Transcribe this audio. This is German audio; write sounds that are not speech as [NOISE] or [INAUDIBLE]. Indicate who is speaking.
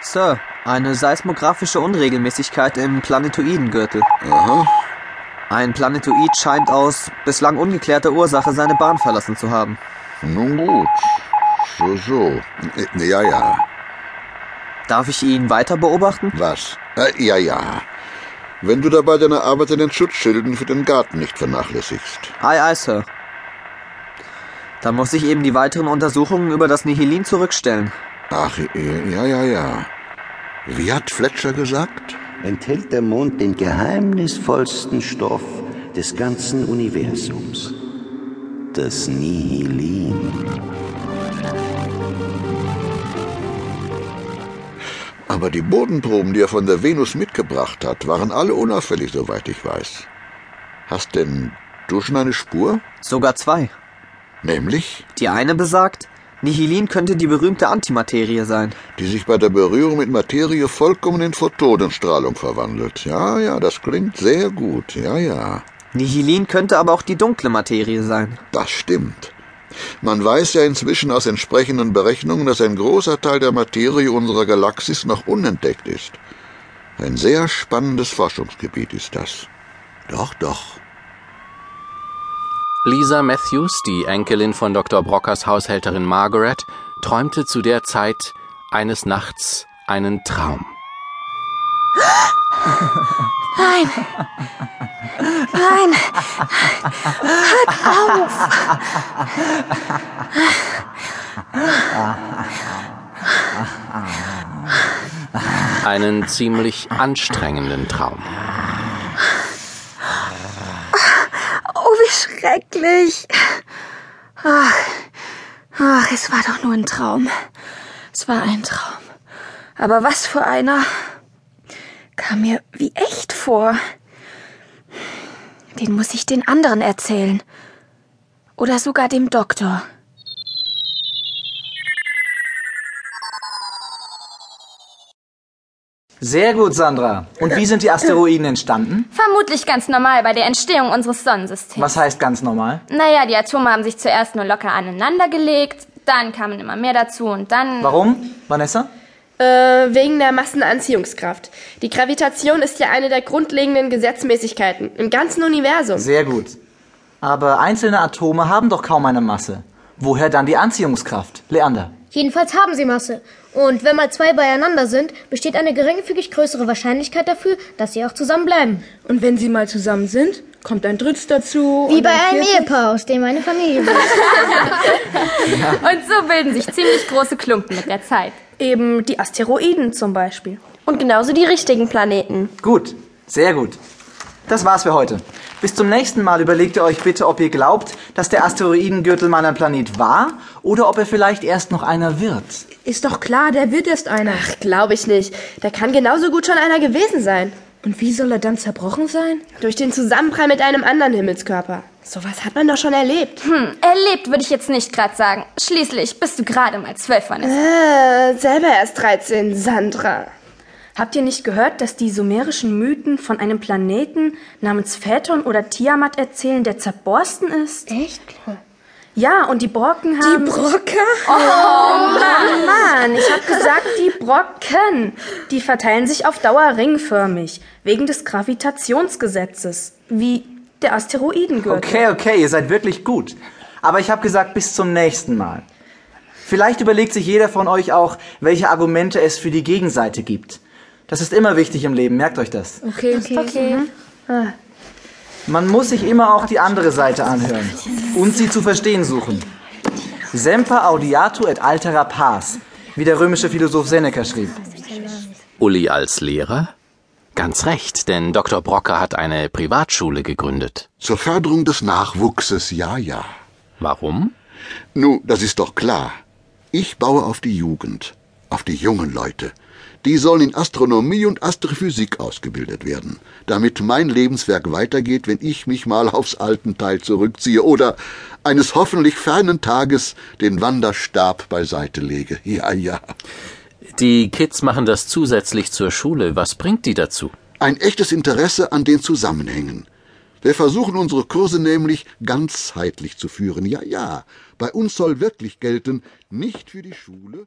Speaker 1: Sir, eine seismographische Unregelmäßigkeit im Planetoidengürtel.
Speaker 2: Aha.
Speaker 1: Ein Planetoid scheint aus bislang ungeklärter Ursache seine Bahn verlassen zu haben.
Speaker 2: Nun gut. So, so. Äh, Ja, ja.
Speaker 1: Darf ich ihn weiter beobachten?
Speaker 2: Was? Äh, ja, ja. Wenn du dabei deine Arbeit an den Schutzschilden für den Garten nicht vernachlässigst.
Speaker 1: Aye, aye, Sir. Dann muss ich eben die weiteren Untersuchungen über das Nihilin zurückstellen.
Speaker 2: Ach, äh, ja, ja, ja. Wie hat Fletcher gesagt?
Speaker 3: enthält der Mond den geheimnisvollsten Stoff des ganzen Universums. Das Nihilin.
Speaker 2: Aber die Bodenproben, die er von der Venus mitgebracht hat, waren alle unauffällig, soweit ich weiß. Hast denn du schon eine Spur?
Speaker 1: Sogar zwei.
Speaker 2: Nämlich,
Speaker 1: Die eine besagt, Nihilin könnte die berühmte Antimaterie sein.
Speaker 2: die sich bei der Berührung mit Materie vollkommen in Photonenstrahlung verwandelt. Ja, ja, das klingt sehr gut. Ja, ja,
Speaker 1: Nihilin könnte aber auch die dunkle Materie sein.
Speaker 2: das stimmt. Man weiß ja inzwischen aus entsprechenden Berechnungen, dass ein großer Teil der Materie unserer Galaxis noch unentdeckt ist. Ein sehr spannendes Forschungsgebiet ist das. Doch, doch.
Speaker 4: Lisa Matthews, die Enkelin von Dr. Brockers Haushälterin Margaret, träumte zu der Zeit eines Nachts einen Traum.
Speaker 5: Nein. Nein. Hört auf.
Speaker 4: Einen ziemlich anstrengenden Traum.
Speaker 5: Oh, wie schrecklich. Ach, ach, es war doch nur ein Traum. Es war ein Traum. Aber was für einer kam mir wie echt vor. Den muss ich den anderen erzählen. Oder sogar dem Doktor.
Speaker 6: Sehr gut, Sandra. Und wie sind die Asteroiden entstanden?
Speaker 7: Vermutlich ganz normal bei der Entstehung unseres Sonnensystems.
Speaker 6: Was heißt ganz normal?
Speaker 7: Naja, die Atome haben sich zuerst nur locker aneinander gelegt, dann kamen immer mehr dazu und dann.
Speaker 6: Warum, Vanessa?
Speaker 8: Äh, wegen der Massenanziehungskraft. Die Gravitation ist ja eine der grundlegenden Gesetzmäßigkeiten im ganzen Universum.
Speaker 6: Sehr gut. Aber einzelne Atome haben doch kaum eine Masse. Woher dann die Anziehungskraft? Leander.
Speaker 9: Jedenfalls haben sie Masse. Und wenn mal zwei beieinander sind, besteht eine geringfügig größere Wahrscheinlichkeit dafür, dass sie auch zusammen bleiben.
Speaker 10: Und wenn sie mal zusammen sind, kommt ein Dritts dazu.
Speaker 9: Wie
Speaker 10: und
Speaker 9: bei
Speaker 10: ein
Speaker 9: einem
Speaker 10: Viertes.
Speaker 9: Ehepaar, aus dem eine Familie wird.
Speaker 7: [LAUGHS] Und so bilden sich ziemlich große Klumpen mit der Zeit.
Speaker 8: Eben die Asteroiden zum Beispiel.
Speaker 10: Und genauso die richtigen Planeten.
Speaker 6: Gut, sehr gut. Das war's für heute. Bis zum nächsten Mal überlegt ihr euch bitte, ob ihr glaubt, dass der Asteroidengürtel mal ein Planet war oder ob er vielleicht erst noch einer wird.
Speaker 10: Ist doch klar, der wird erst einer.
Speaker 8: Ach, glaube ich nicht. Da kann genauso gut schon einer gewesen sein.
Speaker 10: Und wie soll er dann zerbrochen sein?
Speaker 8: Durch den Zusammenprall mit einem anderen Himmelskörper. Sowas hat man doch schon erlebt.
Speaker 7: Hm, erlebt würde ich jetzt nicht gerade sagen. Schließlich bist du gerade mal zwölf, Vanessa.
Speaker 8: Äh, selber erst 13, Sandra.
Speaker 11: Habt ihr nicht gehört, dass die sumerischen Mythen von einem Planeten namens Phaeton oder Tiamat erzählen, der zerborsten ist?
Speaker 9: Echt?
Speaker 11: Ja, und die Brocken haben...
Speaker 8: Brocker?
Speaker 11: Mann, ich hab gesagt, die Brocken. Die verteilen sich auf Dauer ringförmig, wegen des Gravitationsgesetzes, wie der Asteroidengürtel.
Speaker 6: Okay, okay, ihr seid wirklich gut. Aber ich habe gesagt, bis zum nächsten Mal. Vielleicht überlegt sich jeder von euch auch, welche Argumente es für die Gegenseite gibt. Das ist immer wichtig im Leben, merkt euch das.
Speaker 10: Okay, okay. mhm.
Speaker 6: Man muss sich immer auch die andere Seite anhören und sie zu verstehen suchen. Semper audiatu et altera pars, wie der römische Philosoph Seneca schrieb.
Speaker 4: Uli als Lehrer? Ganz recht, denn Dr. Brocker hat eine Privatschule gegründet.
Speaker 2: Zur Förderung des Nachwuchses, ja, ja.
Speaker 4: Warum?
Speaker 2: Nu, das ist doch klar. Ich baue auf die Jugend, auf die jungen Leute. Die sollen in Astronomie und Astrophysik ausgebildet werden, damit mein Lebenswerk weitergeht, wenn ich mich mal aufs Altenteil zurückziehe oder eines hoffentlich fernen Tages den Wanderstab beiseite lege. [LAUGHS] Ja, ja.
Speaker 4: Die Kids machen das zusätzlich zur Schule. Was bringt die dazu?
Speaker 2: Ein echtes Interesse an den Zusammenhängen. Wir versuchen unsere Kurse nämlich ganzheitlich zu führen. Ja, ja. Bei uns soll wirklich gelten, nicht für die Schule,